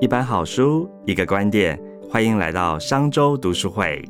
一本好书，一个观点，欢迎来到商周读书会。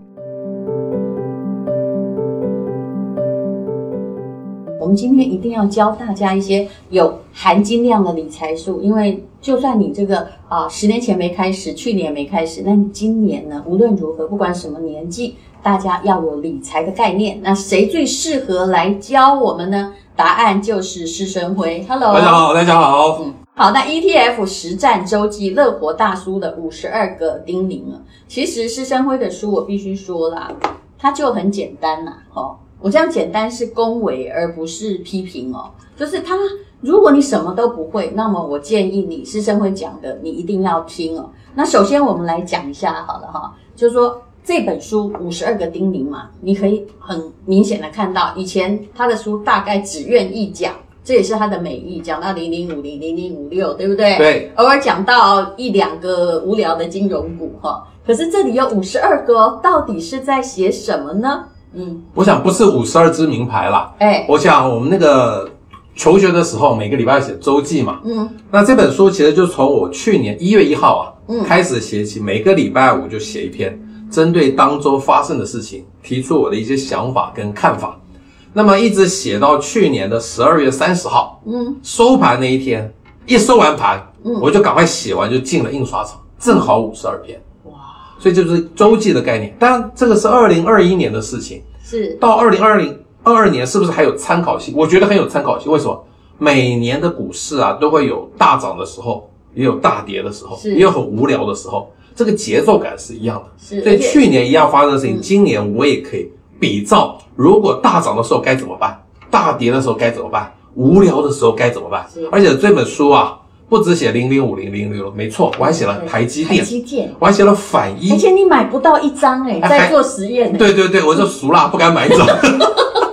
我们今天一定要教大家一些有含金量的理财术，因为就算你这个啊十年前没开始，去年没开始，那你今年呢？无论如何，不管什么年纪，大家要有理财的概念。那谁最适合来教我们呢？答案就是施生辉。Hello，大家好，大家好。呃嗯，好，那 ETF 实战周记，乐活大叔的五十二个叮咛啊。其实施生辉的书，我必须说啦，它就很简单啦、哦，我这样简单是恭维，而不是批评哦。就是它，如果你什么都不会，那么我建议你师生会讲的，你一定要听哦。那首先我们来讲一下好了哈、就是说这本书五十二个叮咛嘛，你可以很明显的看到，以前他的书大概只愿意讲，这也是他的美意，讲到零零五零、零零五六，对不对？对，偶尔讲到一两个无聊的金融股哈，可是这里有五十二个哦，到底是在写什么呢？嗯，我想不是五十二支名牌啦，哎，我想我们那个求学的时候，每个礼拜要写周记嘛。嗯那这本书其实就从我去年一月一号啊、嗯开始写起，每个礼拜五就写一篇，针对当周发生的事情，提出我的一些想法跟看法。那么一直写到去年的十二月三十号嗯收盘那一天，一收完盘，嗯，我就赶快写完就进了印刷厂，正好五十二篇。哇，所以这就是周记的概念，当然这个是二零二一年的事情，是到二零二零二二年是不是还有参考性？我觉得很有参考性。为什么？每年的股市啊，都会有大涨的时候，也有大跌的时候，是也有很无聊的时候，这个节奏感是一样的。是，所以而且去年一样发生的事情，嗯今年我也可以比照，如果大涨的时候该怎么办，大跌的时候该怎么办，无聊的时候该怎么办是？而且这本书啊，不只写零零五零零零，没错，我还写了对台积台电，积电，我还写了反一而。且你买不到一张哎，哎在做实验呢。对对对，我就俗辣，不敢买走。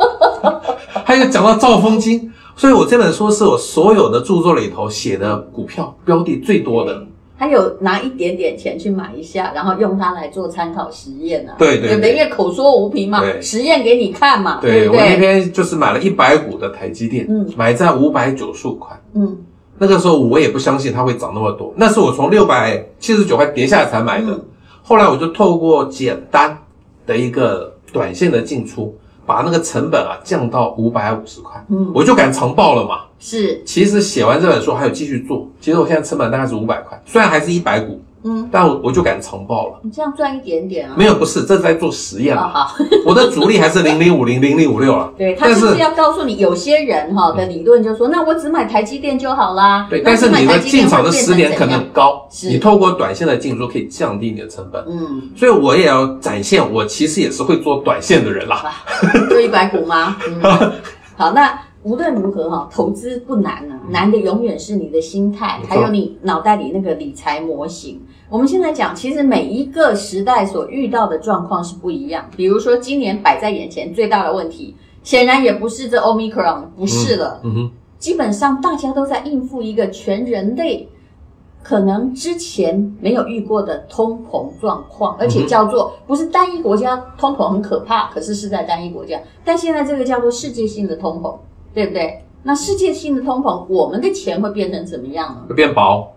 还有讲到兆丰金，所以我这本书是我所有的著作里头写的股票标的最多的。还有拿一点点钱去买一下，然后用它来做参考实验啊，对对对不对？对因为口说无凭嘛，对实验给你看嘛，对不我那对？天就是买了一百股的台积电，嗯买在五百九十五块。嗯，那个时候我也不相信它会涨那么多，那是我从六百七十九块跌下来才买的。嗯后来我就透过简单的一个短线的进出，把那个成本啊降到五百五十块，嗯我就敢长报了嘛。是，其实写完这本书还有继续做，其实我现在成本大概是五百块，虽然还是一百股，嗯，但我我就敢承报了。你这样赚一点点啊，没有，不是，这是在做实验哦，嘛。好，我的主力还是零零五零、零零五六了。对，他但嗯就是是要告诉你，有些人哈的理论就说，那我只买台积电就好啦，对，那但是买你的台积电进场的会变时点成可怎样，能高，是你透过短线的进出可以降低你的成本。嗯，所以我也要展现我其实也是会做短线的人啦。就一百股 吗？嗯，好，那。无论如何哈，投资不难啊，难的永远是你的心态，嗯没错还有你脑袋里那个理财模型。我们现在讲，其实每一个时代所遇到的状况是不一样。比如说，今年摆在眼前最大的问题，显然也不是这 Omicron，不是了，嗯哼，基本上大家都在应付一个全人类可能之前没有遇过的通膨状况，而且叫做不是单一国家通膨很可怕，可是是在单一国家，但现在这个叫做世界性的通膨，对不对？那世界性的通膨，我们的钱会变成怎么样呢？会变薄，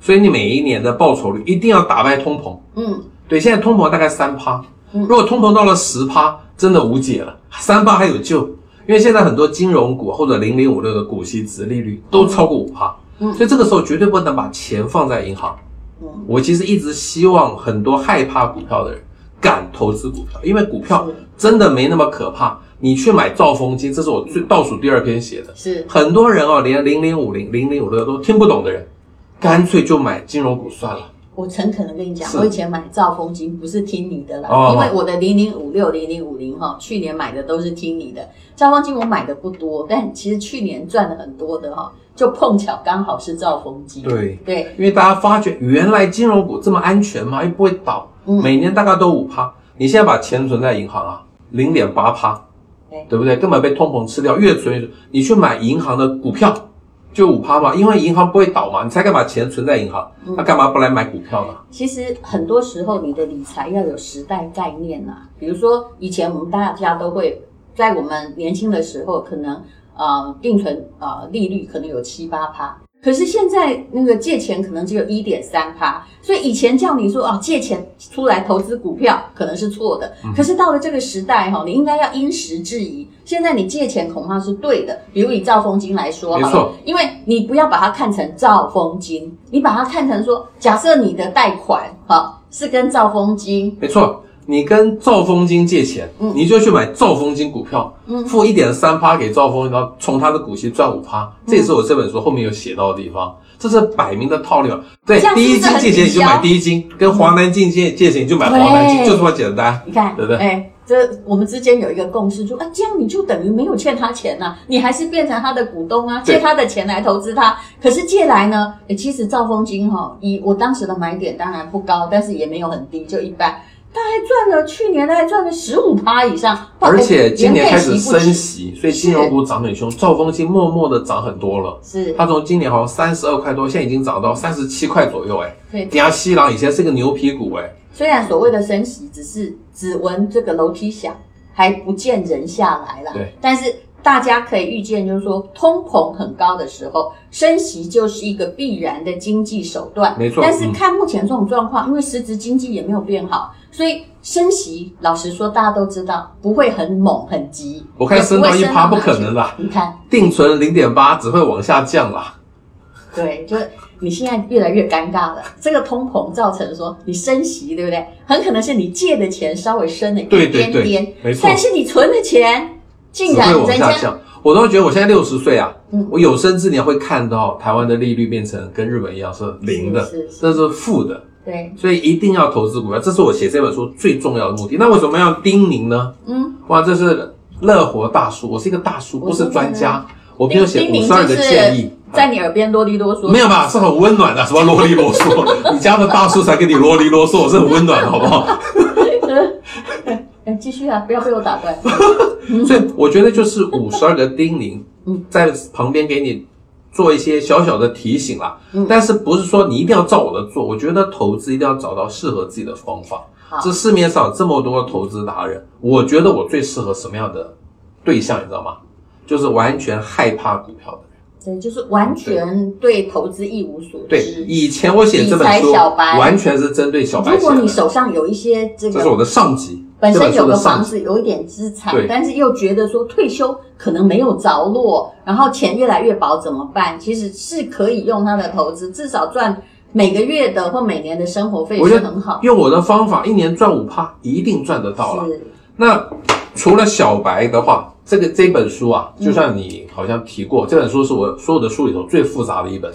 所以你每一年的报酬率一定要打败通膨。嗯，对，现在通膨大概三趴，嗯如果通膨到了十趴，真的无解了，三趴还有救，因为现在很多金融股或者零零五六的股息值利率都超过五趴，嗯所以这个时候绝对不能把钱放在银行。嗯我其实一直希望很多害怕股票的人敢投资股票，因为股票是真的没那么可怕。你去买兆丰金，这是我最倒数第二篇写的，是很多人哦，连零零五零、零零五六都听不懂的人，干脆就买金融股算了。我诚恳的跟你讲，是我以前买兆丰金不是听你的啦，哦因为我的零零五六、零零五零哈，去年买的都是听你的。兆丰金我买的不多，但其实去年赚了很多的哈，就碰巧刚好是兆丰金。对，对，因为大家发觉原来金融股这么安全嘛，又不会倒，嗯每年大概都五趴。你现在把钱存在银行啊，零点八趴对，对不对？根本被通膨吃掉，越存越多。你去买银行的股票，就五趴嘛，因为银行不会倒嘛，你才敢把钱存在银行，嗯那、干嘛不来买股票呢？其实很多时候你的理财要有时代概念呐、比如说以前我们大家都会在我们年轻的时候，可能呃定存呃利率可能有七八趴，可是现在那个借钱可能只有一点三趴，所以以前叫你说哦借钱出来投资股票可能是错的，嗯可是到了这个时代哈、哦，你应该要因时制宜。现在你借钱恐怕是对的，比如以兆丰金来说好了，没错因为你不要把它看成兆丰金，你把它看成说，假设你的贷款哈、哦是跟兆丰金，没错，你跟兆丰金借钱，嗯你就去买兆丰金股票，嗯付一点三趴给兆丰，然后从他的股息赚五趴，这嗯也是我这本书后面有写到的地方，这是摆明的套利嘛。对这样，是不第是一金借钱你就买第一金，跟华南进借借钱你就买华南进，对就这么简单。你看，对不对哎、这我们之间有一个共识，就啊，这样你就等于没有欠他钱呐、啊你还是变成他的股东啊，对借他的钱来投资他。可是借来呢，哎其实兆丰金哈、以我当时的买点当然不高，但是也没有很低，就一般。他还赚了，去年他还赚了十五趴以上，哇而且今年开始升，哎息，所以金融股涨很凶，兆丰金默默的涨很多了。连配息不止它从今年好像三十二块多，现在已经涨到三十七块左右，哎，是对。顶下西郎以前是个牛皮股，哎，虽然所谓的升息只是只闻这个楼梯响，还不见人下来啦。对，但是大家可以预见，就是说通膨很高的时候，升息就是一个必然的经济手段。没错但是嗯看目前这种状况，因为实质经济也没有变好，所以升息，老实说，大家都知道不会很猛很急。我看升到一趴也不会升可到哪能去啦，你看，定存零点八只会往下降啦。对，就是你现在越来越尴尬了。这个通膨造成说你升息，对不对？很可能是你借的钱稍微升了一对点对点，对没错但是你存的钱竟只然会往人下家降。我都觉得我现在六十岁啊，嗯我有生之年会看到台湾的利率变成跟日本一样是零的是是，是那是负的，对，所以一定要投资股票，这是我写这本书最重要的目的。那为什么要叮咛呢？嗯，哇，这是乐活大叔，我是一个大叔，我不是是专家，我没有写叮五咛十二就个是建议。啊在你耳边啰里啰嗦，没有吧？是很温暖的，什么啰里 啰嗦？你家的大叔才跟你啰里啰嗦，是很温暖的，好不好？哎，继续啊，不要被我 打断。所以我觉得就是五十二个叮咛，嗯在旁边给你做一些小小的提醒啦。嗯但是不是说你一定要照我的做？我觉得投资一定要找到适合自己的方法。好这市面上有这么多投资达人，我觉得我最适合什么样的对象，你知道吗？就是完全害怕股票的人。对，就是完全对投资一无所知。对，以前我写这本理书财小白，完全是针对小白如写果你的。手上有一些这这是个我的上级，本身这本有书个的上房级。子，有一点资产对，但是又觉得说退休可能没有着落，然后钱越来越薄怎么办？其实是可以用他的投资，至少赚每个月的或每年的生活费我是觉得很好。用我的方法，一年赚五趴，一定赚得到了。是，那除了小白的话，这个这本书嗯啊，就像你好像提过，这本书是我所有的书里头最复杂的一 本，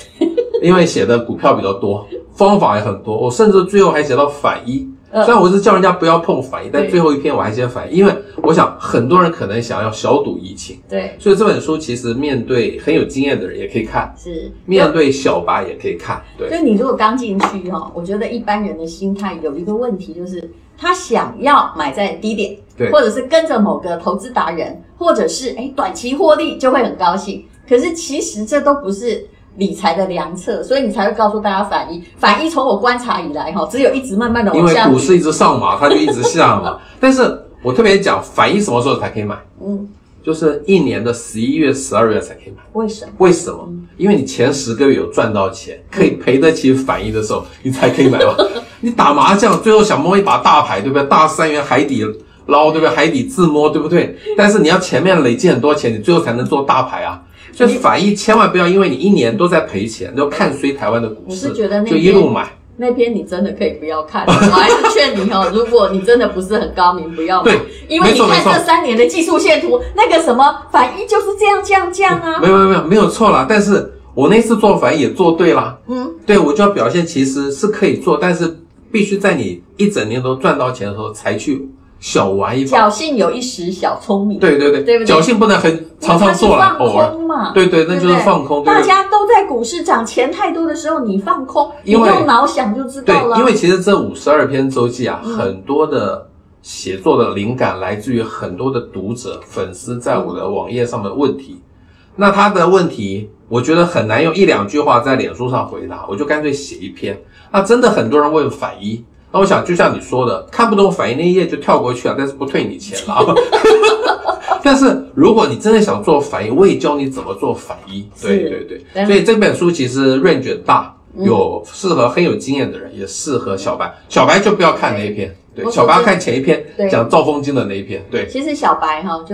因为写的股票比较多，方法也很多，我甚至最后还写到反一。嗯虽然我是叫人家不要碰反一，但对最后一篇我还写反一，因为我想很多人可能想要小赌怡情，对，所以这本书其实面对很有经验的人也可以看，是。面对小白也可以看，对，就你如果刚进去哈、我觉得一般人的心态有一个问题，就是他想要买在低点，对或者是跟着某个投资达人，或者是哎短期获利就会很高兴。可是其实这都不是理财的良策，所以你才会告诉大家反一。反一从我观察以来哈、只有一直慢慢的因往为下股跌。市一直上嘛，它就一直 下嘛。但是我特别讲反一什么时候才可以买？嗯，就是一年的十一月、十二月才可以买。为什么？为什么？嗯因为你前十个月有赚到钱，可以赔得起反应的时候，你才可以买嘛。 你打麻将最后想摸一把大牌，对不对？大三元、海底捞，对不对？海底自摸，对不对？但是你要前面累积很多钱，你最后才能做大牌啊。所以反应千万不要，因为你一年都在赔钱，就看衰台湾的股市，我是觉得那就一路买。那篇你真的可以不要看，我还是劝你 哦，如果你真的不是很高明，不要买对，因为没你错看没错这三年的技术线图，那个什么反一就是这样这样这样啊。没有没有没有没有错啦，但是我那次做反应也做对啦。嗯，对我就要表现其实是可以做，但是必须在你一整年都赚到钱的时候才去小玩一把。侥幸有一时小聪明，，对对对，对不对侥幸不能很常常做啦，放偶尔。空嘛，对对，那就是对不对放空。对大不对家都在股市涨钱太多的时候，你放空，你因为用脑想就知道了。对，因为其实这五十二篇周记啊，嗯很多的写作的灵感来自于很多的读者粉丝在我的网页上面的问题。那他的问题，我觉得很难用一两句话在脸书上回答，我就干脆写一篇。那真的很多人问反一，那 我想就像你说的，看不懂反一那一页就跳过去啊，但是不退你钱了啊。但是如果你真的想做反应，我也教你怎么做反应。对是嗯对对，但所以这本书其实 range 大，有适合很有经验的人，也适合小白。小白就不要看那一篇，对，我小白要我看前一篇对讲赵风金的那一篇，对。其实小白哈就。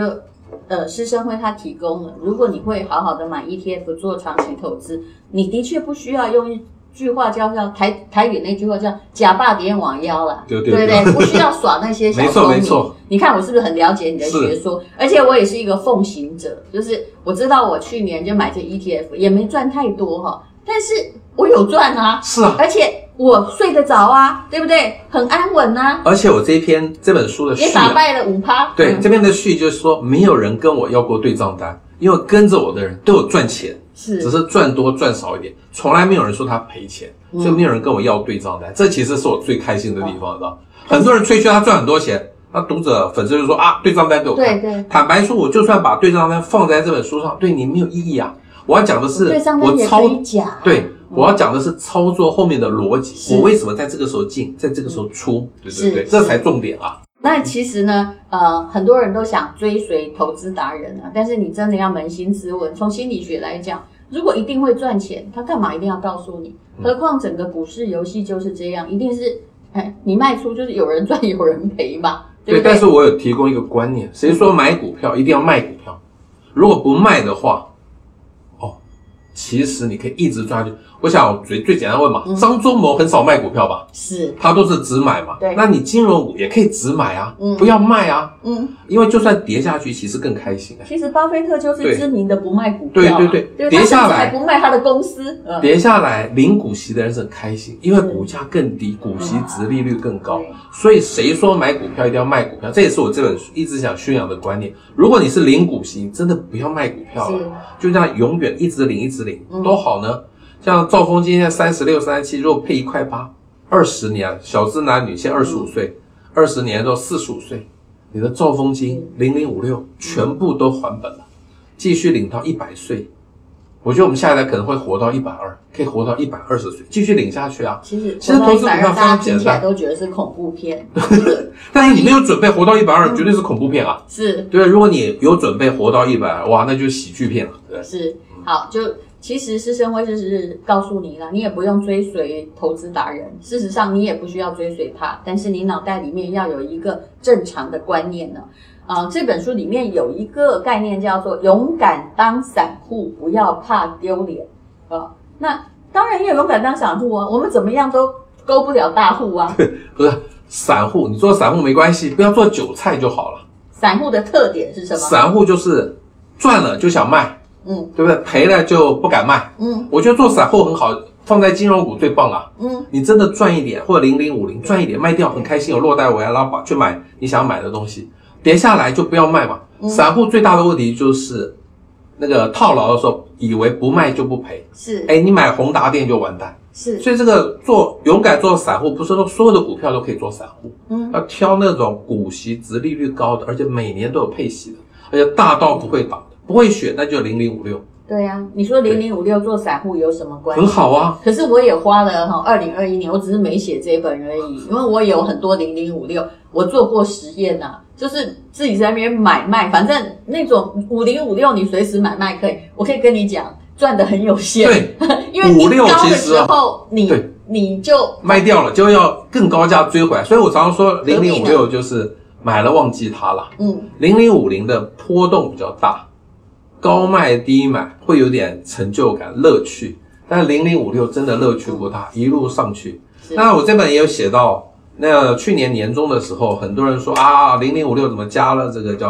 呃，师生会他提供了，如果你会好好的买 ETF 做长期投资，你的确不需要用一句话叫叫台台语那句话叫“假霸点网腰”啦，对对对不对？不需要耍那些小 没错聪没明。错，你看我是不是很了解你的是学说？而且我也是一个奉行者，就是我知道我去年就买这 ETF，也没赚太多哈，但是我有赚啊，是啊，而且我睡得着啊，对不对？很安稳呐、而且我这一篇这本书的序也啊打败了五趴。对，嗯这边的序就是说，没有人跟我要过对账单，因为跟着我的人都有赚钱，是只是赚多赚少一点，从来没有人说他赔钱，嗯所以没有人跟我要对账单，这其实是我最开心的地方，你知道吗？嗯很多人吹嘘他赚很多钱，那读者粉丝就说啊，对账单给我对看。对。坦白说，我就算把对账单放在这本书上，对你没有意义啊。我要讲的是对上，我单也可操以啊假，对，我要讲的是操作后面的逻辑，是我为什么在这个时候进，在这个时候出，对嗯对是对，是这才重点啊。那其实呢，呃，很多人都想追随投资达人啊，但是你真的要扪心自问，从心理学来讲，如果一定会赚钱，他干嘛一定要告诉你？嗯何况整个股市游戏就是这样，一定是，哎，你卖出就是有人赚 有人赔嘛，对对，不对？但是我有提供一个观念，谁说买股票一定要卖股票？如果不卖的话，哦，其实你可以一直抓住。我想我最最简单嗯问嘛，张忠谋很少卖股票吧？是，他都是只买嘛。对那你金融股也可以只买啊，嗯不要卖啊，嗯，因为就算跌下去，其实更开心、啊其实巴菲特就是对知名的不卖股票嘛，啊对对对对，跌他甚下至来还不卖他的公司，嗯，跌下来领股息的人是很开心，因为股价更低，股息值利率更高嗯。所以谁说买股票一定要卖股票？这也是我这本书一直想宣扬的观念。如果你是领股息，你真的不要卖股票了，就这样永远一直领一直领，嗯多好呢！像兆丰今天三十六、三十七，如果配一块八，二十年，小资男女现二十五岁，二十年到四十五岁，你的兆丰金零零五六全部都还本了，继续领到一百岁。我觉得我们下一代可能会活到一百二，可以活到一百二十岁，继续领下去啊。其实其实投资股反票而非大家常听简起来单，都觉得是恐怖 片，但是你没有准备活到一百二，绝对是恐怖片啊！是，对，如果你有准备活到一百二，哇，那就是喜剧片了。对，是好，就其实师生会就是告诉你了，你也不用追随投资达人，事实上你也不需要追随他，但是你脑袋里面要有一个正常的观念呢。啊、这本书里面有一个概念叫做“勇敢当散户，不要怕丢脸”啊、那当然要勇敢当散户啊，我们怎么样都勾不了大户 啊。不是散户，你做散户没关系，不要做韭菜就好了。散户的特点是什么？散户就是赚了就想卖，嗯对不对？赔了就不敢卖。嗯我觉得做散户很好，放在金融股最棒啊了。嗯，你真的赚一点，或者零零五零赚一点卖掉，很开心，有落袋为安，然后把去买你想买的东西，跌下来就不要卖嘛。散户最大的问题就是那个套牢的时候，以为不卖就不赔，是哎，你买宏达电就完蛋。是，所以这个做勇敢做散户，不是说所有的股票都可以做散户，嗯要挑那种股息值利率高的，而且每年都有配息的，而且大到不会倒的，不会选那就零零五六，对呀、你说零零五六做散户有什么关系很？好啊。可是我也花了哈，二零二一年我只是没写这一本而已，因为我有很多零零五六，我做过实验呐、啊就是自己在那边买卖，反正那种五零五六你随时买卖可以，我可以跟你讲赚的很有限，对， 因为你56高其的实时啊候你对你就卖掉了就要更高价追回来，所以我常常说必零呢零五六就是买了忘记它了，嗯零零五零的波动比较大，高卖低买会有点成就感乐趣，但零零五六真的乐趣不大，一路上去。嗯是那我这本也有写到，那去年年中的时候，很多人说啊，零零五六怎么加了这个叫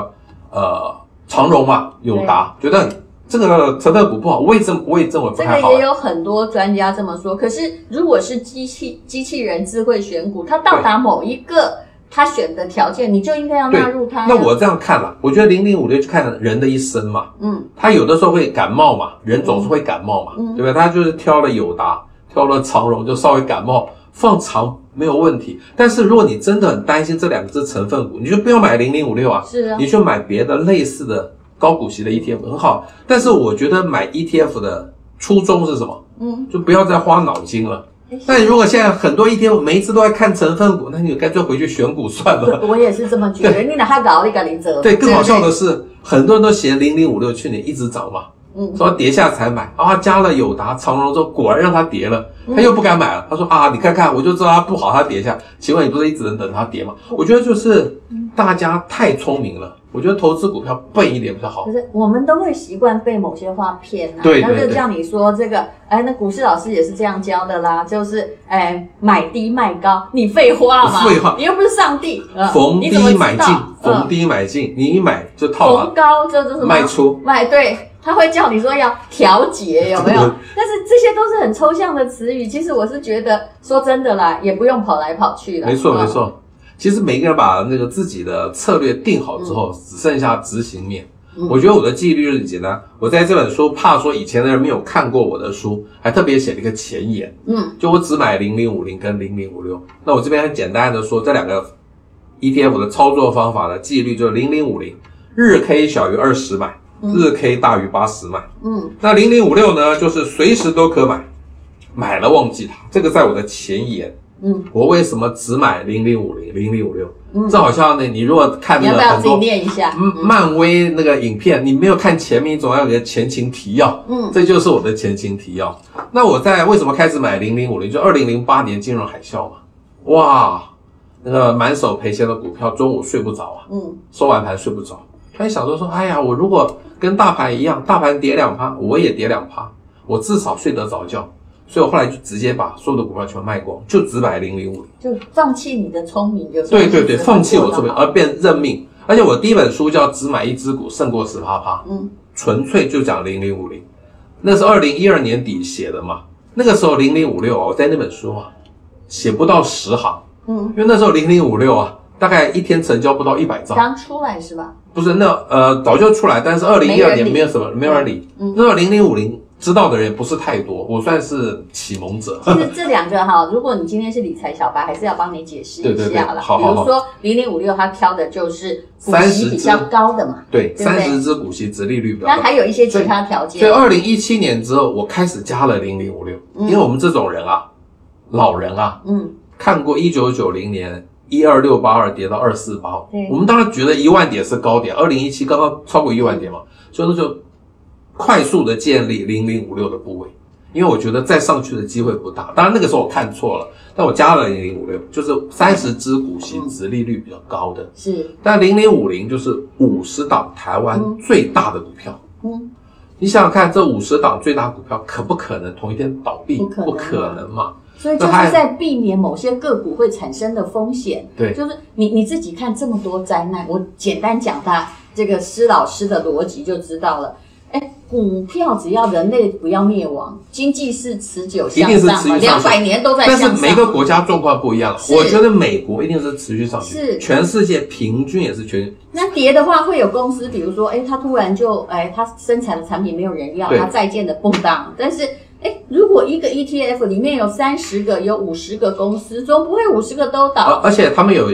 呃长荣嘛，友达，觉得这个成分股不好，我也这么我也认为不这太个好啊也。有很多专家这么说，可是如果是机器机器人智慧选股，它到达某一个它选的条件，你就应该要纳入啊它呀。那我这样看了，我觉得零零五六就看人的一生嘛，嗯他有的时候会感冒嘛，人总是会感冒嘛，嗯对吧？他就是挑了友达，挑了长荣，就稍微感冒放长没有问题。但是如果你真的很担心这两只成分股，你就不要买零零五六啊，是啊你去买别的类似的高股息的 ETF 很好。但是我觉得买 ETF 的初衷是什么？嗯，就不要再花脑筋了哎。那你如果现在很多 ETF 每一次都在看成分股，那你干脆回去选股算了。我也是这么觉得，你哪怕搞一个林泽，对，更好笑不的是，很多人都嫌零零五六去年一直涨嘛，嗯，说跌下才买啊，加了友达、长荣之后，果然让它跌了，嗯他又不敢买了。他说啊，你看看，我就知道它不好，它跌下。请问你不是一直能等它跌吗？嗯我觉得就是大家太聪明了，我觉得投资股票笨一点比较好可。是我们都会习惯被某些话骗啊，对对那就对像你说这个，哎，那股市老师也是这样教的啦，就是哎买低卖高，你废话嘛，废话你又不是上帝，呃逢你怎么低知买道进，逢嗯低买进，你一买就套逢牢，高这就是什么卖出。卖对，他会叫你说要调 节，有没有对？但是这些都是很抽象的词语，其实我是觉得说真的啦，也不用跑来跑去啦。没错嗯没，错。其实每个人把那个自己的策略定好之后，只剩下执行面。嗯我觉得我的记忆力很简单，我在这本书怕说以前的人没有看过我的书，还特别写了一个前言。嗯就我只买零零五零跟零零五六。那我这边很简单的说，这两个 ETF 的操作方法呢，纪律就是零零五零日 K 小于二十买，嗯日 K 大于八十买。嗯那零零五六呢，就是随时都可买，买了忘记它。这个在我的前言，嗯我为什么只买零零五零、零零五六？嗯这，好像呢，你如果看你那要个不要很自己多念一下？嗯漫威那个影片，你没有看前面，你总要有个前情提要。嗯这就是我的前情提要。那我在为什么开始买零零五零？就二零零八年金融海啸嘛，哇，那个满手赔钱的股票，中午睡不着啊，嗯收完盘睡不着。突然想说说，哎呀，我如果跟大盘一样，大盘跌两趴，我也跌两趴，我至少睡得着觉。所以我后来就直接把所有的股票全卖光，就只买零零五零。就放弃你的聪明，就是对对对，放弃我这呃边，啊，而变认命。而且我第一本书叫《只买一只股胜过十趴趴》，嗯纯粹就讲零零五零，那是二零一二年底写的嘛。那个时候零零五六啊，我在那本书啊写不到十行，嗯，因为那时候零零五六啊，大概一天成交不到一百张，刚出来是吧？不是那呃早就出来，但是二零一二年没人理没有什么没有人理。嗯那时候零零五零知道的人也不是太多，我算是启蒙者。其实这两个哈，如果你今天是理财小白，还是要帮你解释对一对对下啦。好好好比如说零零五六，它挑的就是股息30比较高的嘛，对，对不对三十只股息，殖利率比较但高还。有一些其他条所以件。二零一七年之后，我开始加了零零五六，嗯因为我们这种人啊，老人啊，嗯，看过一九九零年一二六八二跌到二四八对我们当然觉得一万点是高点，二零一七刚刚超过一万点嘛，嗯所以那时候快速的建立零零五六的部位，因为我觉得再上去的机会不大。当然那个时候我看错了，但我加了零零五六，就是三十只股息，嗯殖利率比较高的。是，但零零五零就是五十档台湾嗯最大的股票。嗯你想想看，这五十档最大股票可不可能同一天倒闭？不可能啊可能嘛。所以就是在避免某些个股会产生的风险。对就是你你自己看这么多灾难，我简单讲它这个施老师的逻辑就知道了。哎，股票只要人类不要灭亡，经济是持久向一定是上持嘛，续上两升百年都在但向是上。每个国家状况不一样是我觉得美国一定是持续上去，是全世界平均也是全那跌的话，会有公司，比如说，哎，它突然就，哎，它生产的产品没有人要，对它再见的蹦荡。但是，哎，如果一个 ETF 里面有三十个、有五十个公司，总不会五十个都而倒。而且他们有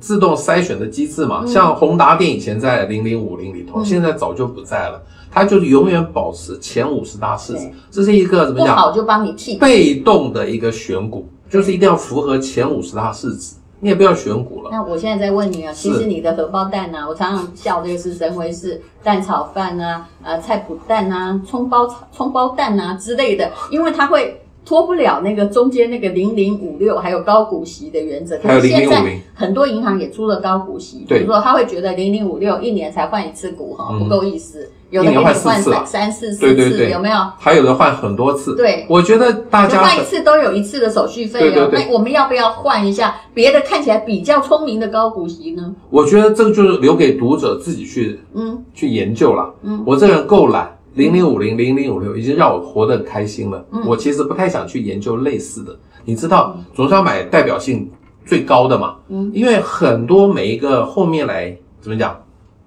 自动筛选的机制嘛，啊嗯像宏达电以前在零零五零里头，嗯现在早就不在了，它就是永远保持前五十大市值对，这是一个怎不么讲好就帮你替。被动的一个选股，就是一定要符合前五十大市值，你也不要选股了。那我现在在问你啊，是其实你的荷包蛋啊，我常常笑这个是神回是蛋炒饭啊，呃，菜脯蛋啊，葱包葱包蛋啊之类的，因为它会脱不了那个中间那个零零五六还有高股息的原则。还有可是现在0050很多银行也出了高股息，比对如说他会觉得零零五六一年才换一次股哈，嗯不够意思，有的一给你年换换四次啊三三四四对对次，对有没有？还有的换很多次，对我觉得大就家换一很次都有一次的手续费哦对，对对那我们要不要换一下别的看起来比较聪明的高股息呢？我觉得这个就是留给读者自己去嗯。去研究啦。嗯我这个人够懒，零零五零、零零五六已经让我活得很开心了。嗯我其实不太想去研究类似的，你知道，总是要买代表性最高的嘛。嗯因为很多每一个后面来怎么讲，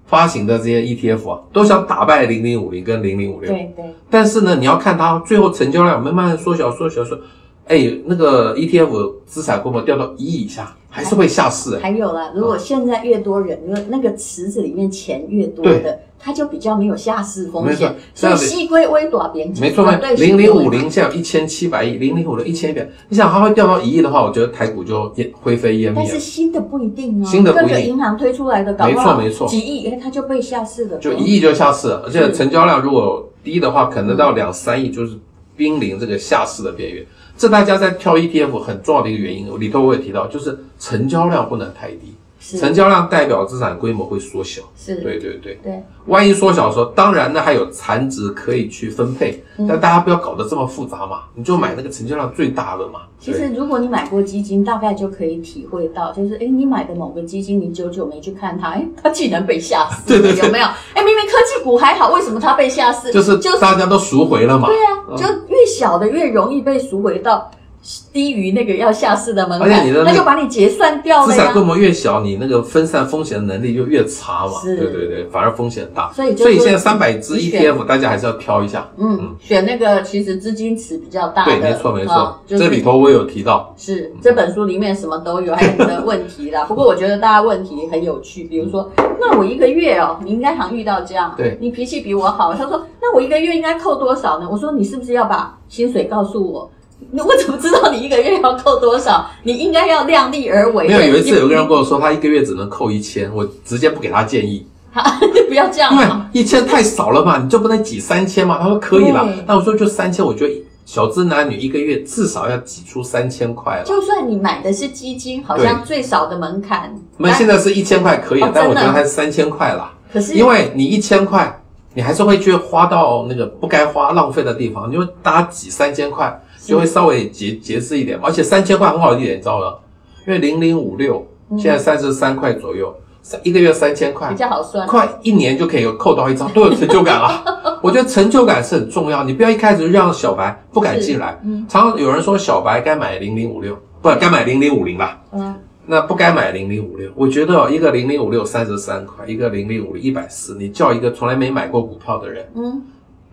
发行的这些 ETF 啊，都想打败零零五零跟零零五六。对对，但是呢，你要看它最后成交量慢慢缩小、缩小、缩小，哎，那个 ETF 资产规模掉到一亿以下，还是会下市、哎还有啦，如果现在越多人，那那个池子里面钱越多的，它就比较没有下市风没错险，所以这样子西归微短贬值，没错嘛啊对，零零五，矽零现在有一千七百亿，零零五零一千一百，你想它会掉到一亿的话，我觉得台股就也灰飞烟但灭是，新的不一定哦，新的不一定各个银行推出来的，搞不好没错没错几亿，哎，它就被下市嗯了，就一亿就下市了，而且成交量如果低的嗯话，可能到两三亿，就是濒临这个下市的边缘。这大家在挑 ETF 很重要的一个原因，里头我也提到，就是成交量不能太低，成是交量代表资产规模会缩小。是，对对对，对，万一缩小的时候，当然呢还有残值可以去分配，嗯但大家不要搞得这么复杂嘛，你就买那个成交量最大的嘛。其对实，如果你买过基金，大概就可以体会到，就是哎，诶你买的某个基金，你久久没去看它，哎，它竟然被吓死了，有没有？哎，明明科技股还好，为什么它被吓死？就是就是大家都赎回了嘛，对啊，就越小的越容易被赎回到低于那个要下市的门而且槛你的，那那个就把你结算掉资了产呀规。模越小，你那个分散风险的能力就越差嘛。是对对对，反而风险大。所以就所以现在是三百只你选 ETF，大家还是要挑一下。嗯，选那个其实资金池比较大的，对，没错没错啊，就这嗯是里头我有提到，是这本书里面什么都有，还有你的问题 啦。不过我觉得大家问题很有趣，比如说，那我一个月哦，你应该常遇到这样，嗯对你脾气比我好。他说，那我一个月应该扣多少呢？我说，你是不是要把薪水告诉我？那我怎么知道你一个月要扣多少？你应该要量力而为。没有有一你次有个人跟我说，他一个月只能扣一千，我直接不给他建议，你不要这样因 为嘛。一千太少了嘛，你就不能挤三千嘛。他说可以啦对，那我说就三千，我觉得小资男女一个月至少要挤出三千块了。就算你买的是基金，好像最少的门槛，那现在是一千块可以哦，但我真的觉得还是三千块啦。可是因为你一千块，你还是会去花到那个不该花、浪费的地方，因为大家挤三千块，就会稍微节节制嗯一点。而且三千块很好一点，你知道吗？因为零零五六现在三十三块左右，三一个月三千嗯块比，较好算。快一年就可以扣到一张，都有成就 感了。我觉得成就感是很重要，你不要一开始就让小白不敢进来。嗯常常有人说小白该买零零五六，不该买零零五零啦。嗯，那不该买零零五六，我觉得哦一个零零五六三十三块，一个零零五一百四，你叫一个从来没买过股票的人嗯，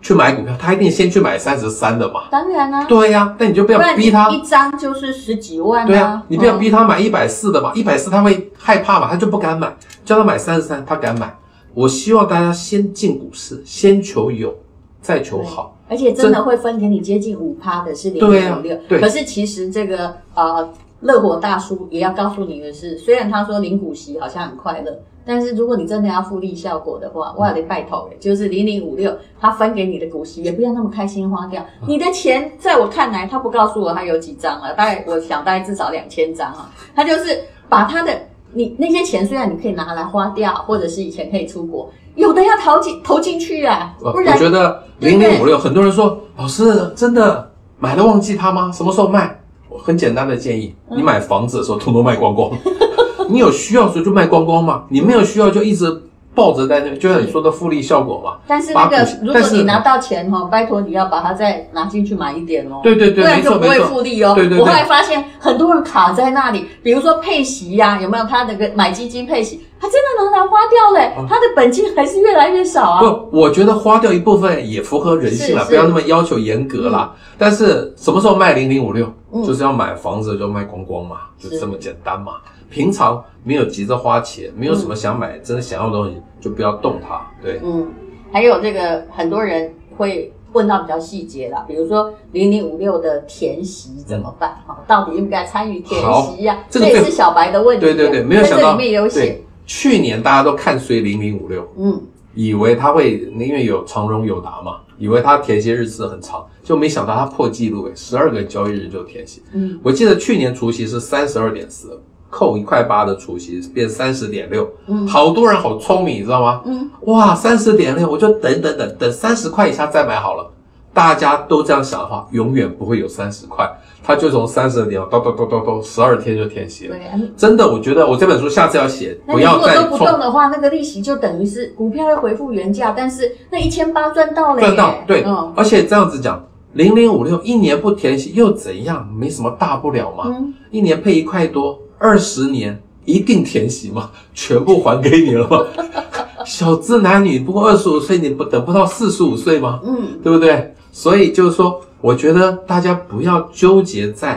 去买股票，他一定先去买三十三的嘛。当然啦、啊对呀、那你就不不要然你逼他。一张就是十几万、啊。对呀、你不要逼嗯他买一百四的嘛，一百四他会害怕嘛，他就不敢买。叫他买三十三，他敢买。我希望大家先进股市，先求有，再求好。而且真的会分给你接近五趴的是零对点啊五六，对可是其实这个呃，乐活大叔也要告诉你的是，虽然他说零股息好像很快乐，但是如果你真的要复利效果的嗯话，我得拜托哎，就是零零五六，他分给你的股息也不要那么开心花掉。嗯你的钱在我看来，他不告诉我他有几张了，大概我想大概至少两千张啊，他就是把他的。你那些钱虽然你可以拿来花掉，或者是以前可以出国，有的要投进投进去啊，呃不我然觉得对零对零五六，很多人说老师真的买了忘记它吗？什么时候卖？我很简单的建议，嗯你买房子的时候通通卖光光， 你有需要的时候就卖光光嘛，你没有需要就一直抱着在那，就像你说的复利效果嘛。但是那把个股息，如果但是你拿到钱哈、哦，拜托你要把它再拿进去买一点哦。对对不对，没然就错不没会错，复利哦。对对对我后来发现很多人卡在那里，比如说配息呀、有没有？他那个买基金配息，他真的拿来花掉嘞、嗯他的本金还是越来越少啊。不，我觉得花掉一部分也符合人性了，是是不要那么要求严格啦。但是什么时候卖零零五六嗯，就是要买房子就卖光光嘛，就是这么简单嘛。平常没有急着花钱，没有什么想买、真的想要的东西，就不要动它。对，嗯，还有这个很多人会问到比较细节啦，比如说零零五六的填息怎么办？哈、到底应不应该参与填息呀、好这个也最是小白的问题啊、对对对，没有在想这到，里面也有写对，，去年大家都看衰零零五六，嗯，以为它会因为有长荣有达嘛，以为它填息日次很长，就没想到它破纪录诶，十二个交易日就填息。嗯，我记得去年除息是三十二点四，扣一块八的除息变三十点六，嗯好多人好聪明，你知道吗？嗯，哇，三十点六，我就等等等等三十块以下再买好了。大家都这样想的话，永远不会有三十块，它就从三十点六，咚咚咚咚咚，十二天就填息了。对啊，你真的，我觉得我这本书下次要写，那不你如要果再都不冲动的话，那个利息就等于是股票会回复原价，但是那一千八赚到了耶赚到，对，嗯而且这样子讲，零零五六一年不填息又怎样？没什么大不了嘛，嗯，一年配一块多，二十年一定填息嘛，全部还给你了嘛。 小资男女不过二十五岁，你不等不到四十五岁吗？嗯，对不对？所以就是说，我觉得大家不要纠结在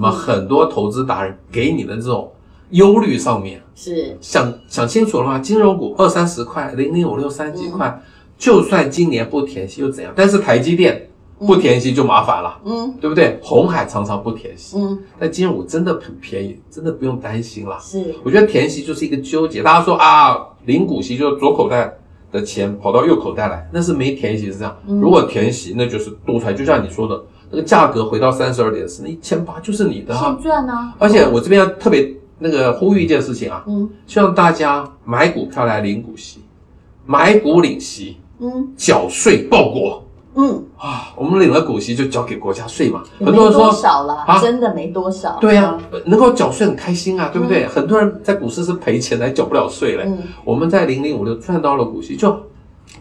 嗯么很多投资达人给你的这种忧虑上面。是想想清楚了吗？金融股二三十块，零零五六三几块，嗯就算今年不填息又怎样？但是台积电不填息就麻烦了，嗯对不对？红海常常不填息，嗯但金融股真的很便宜，真的不用担心啦。是我觉得填息就是一个纠结，大家说啊，零股息就是左口袋的钱跑到右口袋来，那是没填息是这样。嗯如果填息，那就是多出来，就像你说的，那个价格回到三十二点四，那一千八就是你的啊现。赚啊，而且我这边要特别那个呼吁一件事情啊，嗯希望大家买股票来领股息，买股领息，嗯缴税报国嗯，啊！我们领了股息就交给国家税嘛。也很没多人多说，少啦，啊真的没多少。对呀、能够缴税很开心啊，对不对？很多人在股市是赔钱来缴不了税嘞。嗯，我们在零零五六赚到了股息，就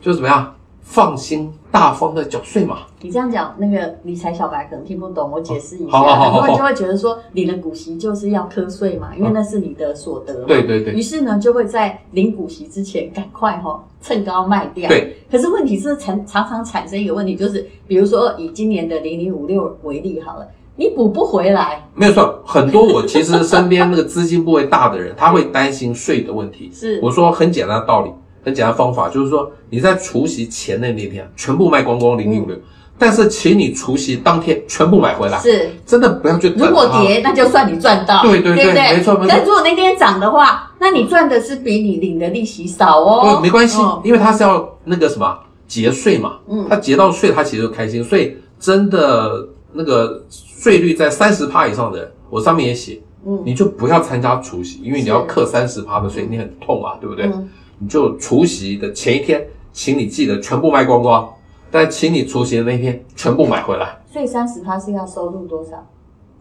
就怎么样，放心大方的缴税嘛。你这样讲，那个理财小白可能听不懂，我解释一下。哦好好好好很多人好嗯就会觉得说，领了股息就是要课税嘛，因为那是你的所得嘛。对对对于是呢，就会在领股息之前赶快哈、哦、趁高卖掉。对。可是问题是常常常产生一个问题，就是比如说以今年的零零五六为例好了，你补不回来，没有错，很多我其实身边那个资金部位大的人，他会担心税的问题。是我说很简单的道理，很简单的方法，就是说你在除夕前的那天全部卖光光零零五六，但是请你除夕当天全部买回来，嗯是。真的不要去等它。如果跌，那就算你赚到，对对对对不对，没错没错但如果那天涨的话，那你赚的是比你领的利息少哦对，。没关系嗯，因为他是要那个什么节税嘛，嗯他节到税，他其实就开心，所以真的那个税率在三十趴以上的人，我上面也写，嗯你就不要参加除夕，因为你是要克三十趴的税，你很痛啊，对不对？嗯你就除夕的前一天，请你记得全部卖光光，但请你除夕的那天全部买回来。所以三十趴是要收入多少？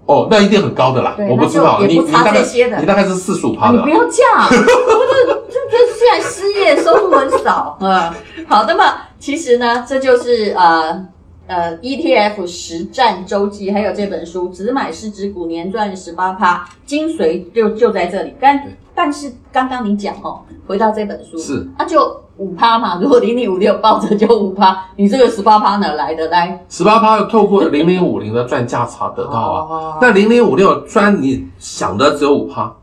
哦，那一定很高的啦，对我不知道，那就你也不你差大概这些的你大概是四十五趴啊你的啦不，要这样，我这这这虽然失业，收入很少，嗯，好，那么其实呢，这就是呃呃 ETF 实战周记，还有这本书《只买市值股年赚十八趴》，精髓就就在这里。但对但是刚刚你讲哦，回到这本书是，那、就五趴嘛，如果零零五六抱着就五趴，你这个十八趴哪来的来？十八趴透过零零五零的赚价差得到啊。哦那零零五六虽然你想的只有五趴，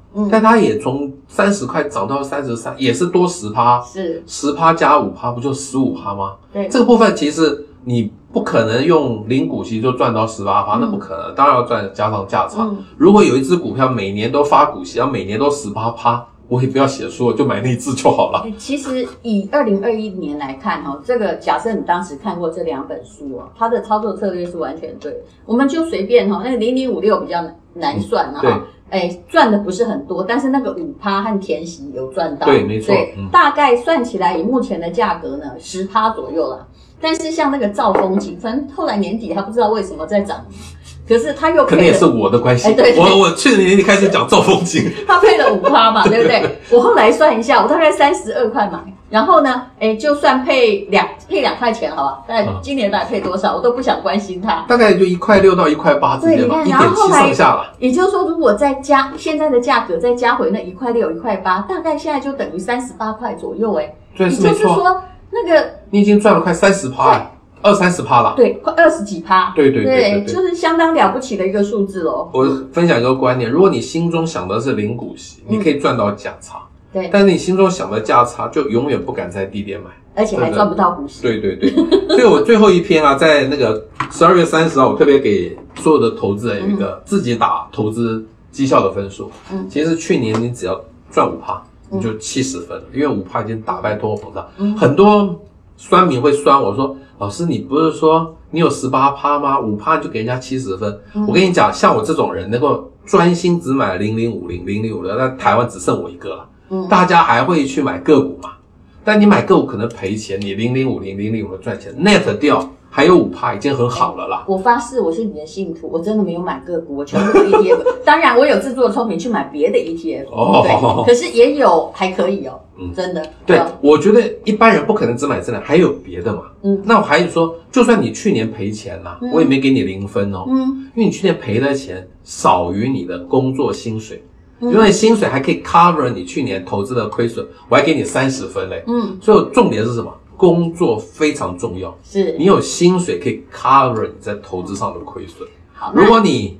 嗯，但它也从三十块涨到三十三，也是多十趴，是十趴加五趴不就十五趴吗？对，这个部分其实你不可能用零股息就赚到十八趴，那不可能，当然要赚加上价差。嗯如果有一只股票每年都发股息，要每年都十八趴，我也不要写书，我就买那一只就好了。欸其实以二零二一年来看哦，这个假设你当时看过这两本书哦，它的操作策略是完全对的。我们就随便哈、哦，那个零零五六比较难难算了哈、嗯对哎，赚的不是很多，但是那个五趴和填息有赚到，对没错对嗯大概算起来以目前的价格呢，十趴左右啦。但是像那个兆丰金，反正后来年底它不知道为什么在涨，可是它又可能赔也了是我的关系，哎对对嗯我我去年你开始讲赵风景，他配了五趴嘛，对不 对？我后来算一下，我大概三十二块买，然后呢，哎，就算配两配两块钱，好吧？啊但今年到底配多少，我都不想关心它。大概就一块六到一块八之间吧，对一你看然点后七上下了。也就是说，如果再加现在的价格，再加回那一块六、一块八，大概现在就等于三十八块左右，哎，对，也是就没是错，说那个你已经赚了快三十趴，二三十趴了。对快二十几趴，对对对对对就是相当了不起的一个数字喽。我分享一个观念，如果你心中想的是零股息，嗯你可以赚到价差，对，但是你心中想的价差就永远不敢在低点买。而且还对对赚不到股息，对对对， 所以我最后一篇啊，在那个十二月三十号，我特别给所有的投资人有一个自己打投资绩效的分数。嗯其实去年你只要赚五趴，嗯你就七十分了，因为五趴已经打败通货膨胀。嗯很多酸民会酸我说，老师你不是说你有十八趴吗？五趴就给人家七十分。我跟你讲，像我这种人能够专心只买零零五零零零五零，那台湾只剩我一个了。嗯大家还会去买个股嘛？但你买个股可能赔钱，你零零五零零零五的赚钱，net 掉还有五趴，已经很好了啦。我发誓，我是你的信徒，我真的没有买个股，我全部都 ETF。当然，我有自作聪明去买别的 ETF，哦对，可是也有还可以哦，嗯真的，对嗯，我觉得一般人不可能只买这两，还有别的嘛。嗯那我还有说，就算你去年赔钱啦、嗯我也没给你零分哦，嗯，因为你去年赔的钱少于你的工作薪水，嗯因为薪水还可以 cover 你去年投资的亏损，我还给你三十分嘞。嗯，所以重点是什么？工作非常重要，是你有薪水可以 cover 你在投资上的亏损。好，那如果你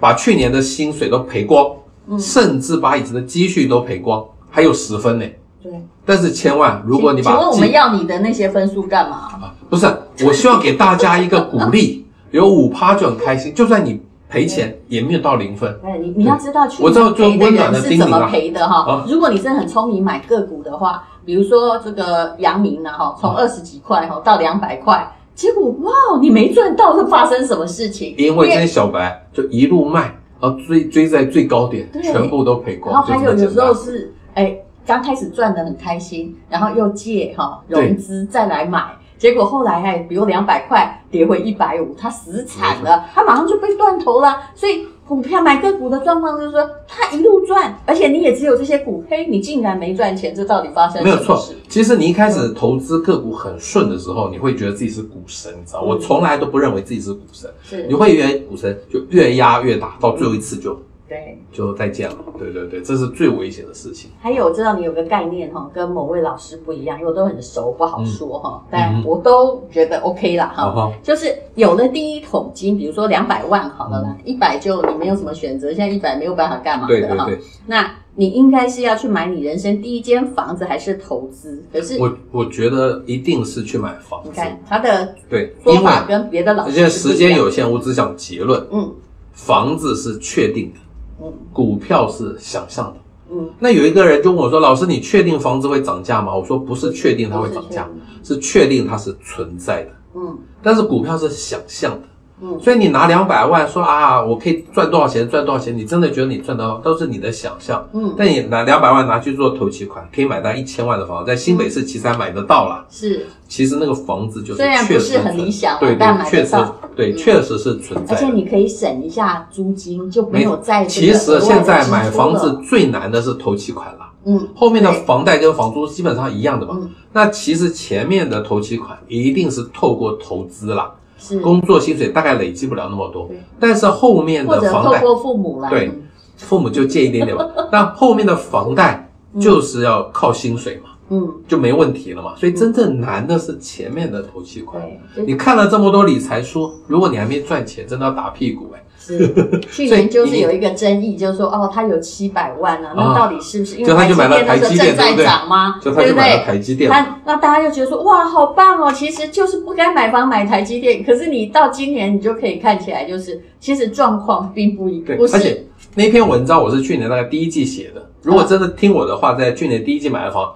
把去年的薪水都赔光，嗯甚至把以前的积蓄都赔光，还有十分呢。对，但是千万，如果你把请问我们积要你的那些分数干嘛？啊不是，我希望给大家一个鼓 励，有五趴就很开心，就算你赔钱也没有到零分。对你，你要知道去我知道赔做的温人暖的是怎叮咛么啊赔的哈啊。如果你是很聪明买个股的话，比如说这个阳明呢哈，啊从二十几块哈到两百块，结果哇，你没赚到会发生什么事情？因为这些小白就一路卖，然后追追在最高点，对全部都赔然后光。还有就这么有简时单候是哎，刚开始赚的很开心，然后又借哈、融资再来买，结果后来哎，比如两百块跌回一百五，他死惨了，他马上就被断头了。所以股票买个股的状况就是说，他一路赚，而且你也只有这些股，嘿，你竟然没赚钱，这到底发生没有什么错事？。其实你一开始投资个股很顺的时候，你会觉得自己是股神，你知嗯道？我从来都不认为自己是股神，是你，会以为股神就越压越大，到最后一次就对。就再见了。对对对，这是最危险的事情。还有，我知道你有个概念哈、跟某位老师不一样，因为我都很熟，不好说哈、但嗯哼我都觉得 OK 啦哈、好啊哈，就是有了第一桶金，比如说两百万好了啦，一百就你没有什么选择，现在一百没有办法干嘛嗯对的对哈。对，那你应该是要去买你人生第一间房子，还是投资？可是我我觉得一定是去买房你子。看他的对，说因为法跟别的老而师且是不时一样间有，限，我只想结论：嗯房子是确定的，嗯股票是想象的。嗯，那有一个人就问我说：“老师，你确定房子会涨价吗？”我说：“不是确定它会涨价，是确定它是存在的。嗯但是股票是想象的，嗯所以你拿两百万说啊，我可以赚多少钱，赚多少钱，你真的觉得你赚到都是你的想象。嗯，但你拿两百万拿去做头期款，可以买到一千万的房子，在新北市其实还买得到啦。是，其实那个房子就是虽然不确实是很理想啊存但买对得对，确实到对，嗯确实是存在而且的。你可以省一下租金，就没有在其实现在买房子，最难的是头期款啦。嗯后面的对房贷跟房租基本上一样的嘛。嗯那其实前面的头期款一定是透过投资啦，是，工作薪水大概累积不了那么多对，但是后面或的者房透贷，过父母来，对嗯父母就借一 点点嘛。那后面的房贷就是要靠薪水嘛，嗯就没问题了嘛。所以真正难的是前面的头期款。对，就你看了这么多理财书，如果你还没赚钱，真的要打屁股哎、 是，去所以年就是你有一个争议，就是说哦，他有七百万啊，那啊到底是不是因为就他就买了那时候台积电正在对不对涨吗？就对他就不买了对？台积电嘛，他那大家就觉得说哇，好棒哦！其实就是不该买房买台积电，可是你到今年你就可以看起来，就是其实状况并不一对不，是而且那篇文章我是去年大概第一季写的。如果真的听我的话，在去年第一季买了房，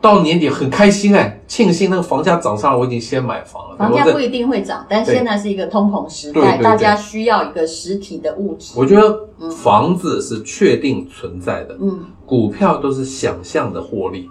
到年底很开心哎，庆幸那个房价涨上来，我已经先买房了。房价我这不一定会涨，但对现在是一个通膨时对代，对大对家需要一个实体的物质。我觉得房子是确定存在的，嗯，股票都是想象的获利，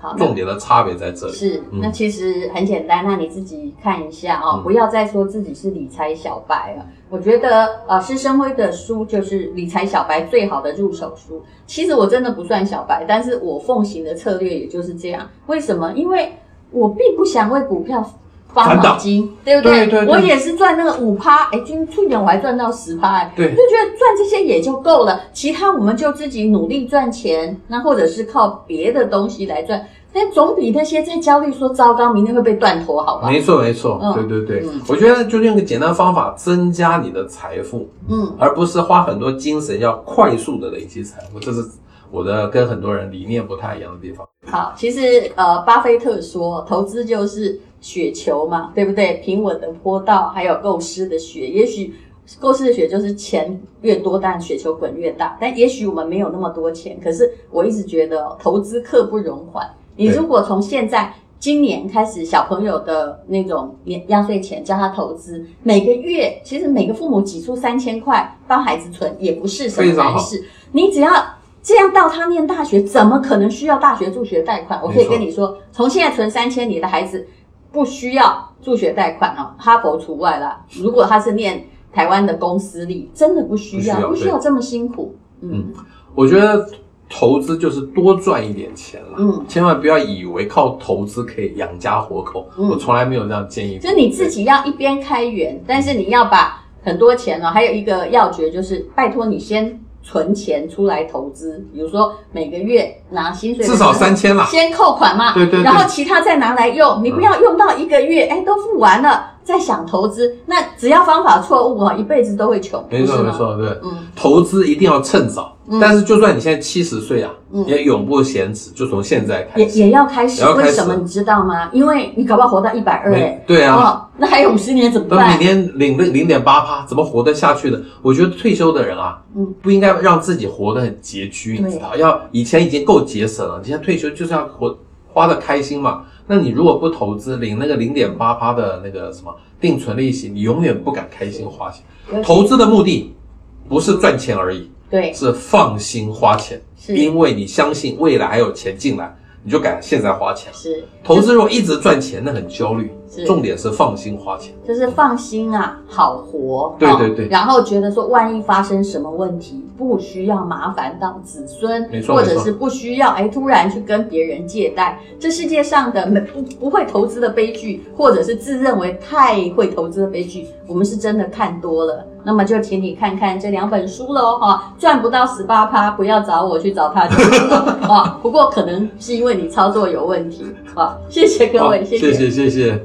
好，那重点的差别在这里。是，嗯那其实很简单，那你自己看一下哦，嗯不要再说自己是理财小白了。我觉得呃，师生辉的书就是理财小白最好的入手书。其实我真的不算小白，但是我奉行的策略也就是这样。为什么？因为我并不想为股票。发烦恼脑筋，对不对？对对对我也是赚那个五趴，哎，今去年我还赚到十趴，哎，我对就觉得赚这些也就够了，其他我们就自己努力赚钱，那或者是靠别的东西来赚，但总比那些在焦虑说糟糕，明天会被断头好吧？没错，没错，嗯对对对，嗯我觉得就用个简单方法增加你的财富，嗯，而不是花很多精神要快速的累积财富，这是我的跟很多人理念不太一样的地方。好，其实呃，巴菲特说投资就是雪球嘛，对不对？平稳的坡道，还有够湿的雪，也许。够湿的雪就是钱越多，但雪球滚越大。但也许我们没有那么多钱，可是我一直觉得哦投资刻不容缓。你对如果从现在今年开始，小朋友的那种年压岁钱教他投资，每个月其实每个父母挤出三千块帮孩子存，也不是什么非常难好事。你只要这样到他念大学，怎么可能需要大学助学贷款？我可以没错跟你说，从现在存三千，你的孩子不需要助学贷款哦，哈佛除外啦。如果他是念台湾的公私立，真的不需要，不不需要需要这么辛苦。嗯嗯我觉得投资就是多赚一点钱啦，嗯千万不要以为靠投资可以养家活口，嗯我从来没有这样建议过。就是你自己要一边开源，但是你要把很多钱哦，还有一个要诀就是，拜托你先存钱出来投资，比如说每个月拿薪水至少三千啦。先扣款嘛，对对嗯对然后其他再拿来用，你不要用到一个月，哎，都付完了再想投资，那只要方法错误啊，一辈子都会穷，没错不是没吗，错，对，嗯投资一定要趁早。但是就算你现在七十岁啊，嗯也永不嫌迟，就从现在开也始。也要开始也要，开始为什么你知道吗？因为你搞不好活到一百二，没哎，对啊，哦，那还有五十年怎么那每办？年领零零点八趴，怎么活得下去呢？我觉得退休的人啊，嗯，不应该让自己活得很拮据，对你知道？要以前已经够节省了，你现在退休就是要活花的开心嘛。那你如果不投资，领那个零点八趴的那个什么定存利息，你永远不敢开心花钱。尤其投资的目的不是赚钱而已，对是放心花钱，是因为你相信未来还有钱进来，你就敢现在花钱。是投资如果一直赚钱，那很焦虑是。重点是放心花钱。就是放心啊，好活，对哦对对然后觉得说，万一发生什么问题，不需要麻烦到子孙，没错或者没错是不需要哎突然去跟别人借贷。这世界上的 没不不会投资的悲剧，或者是自认为太会投资的悲剧，我们是真的看多了。那么就请你看看这两本书喽，哈、赚不到十八趴，不要找我去找他就好了啊、不过可能是因为你操作有问题啊、谢谢各位，好谢谢谢谢谢。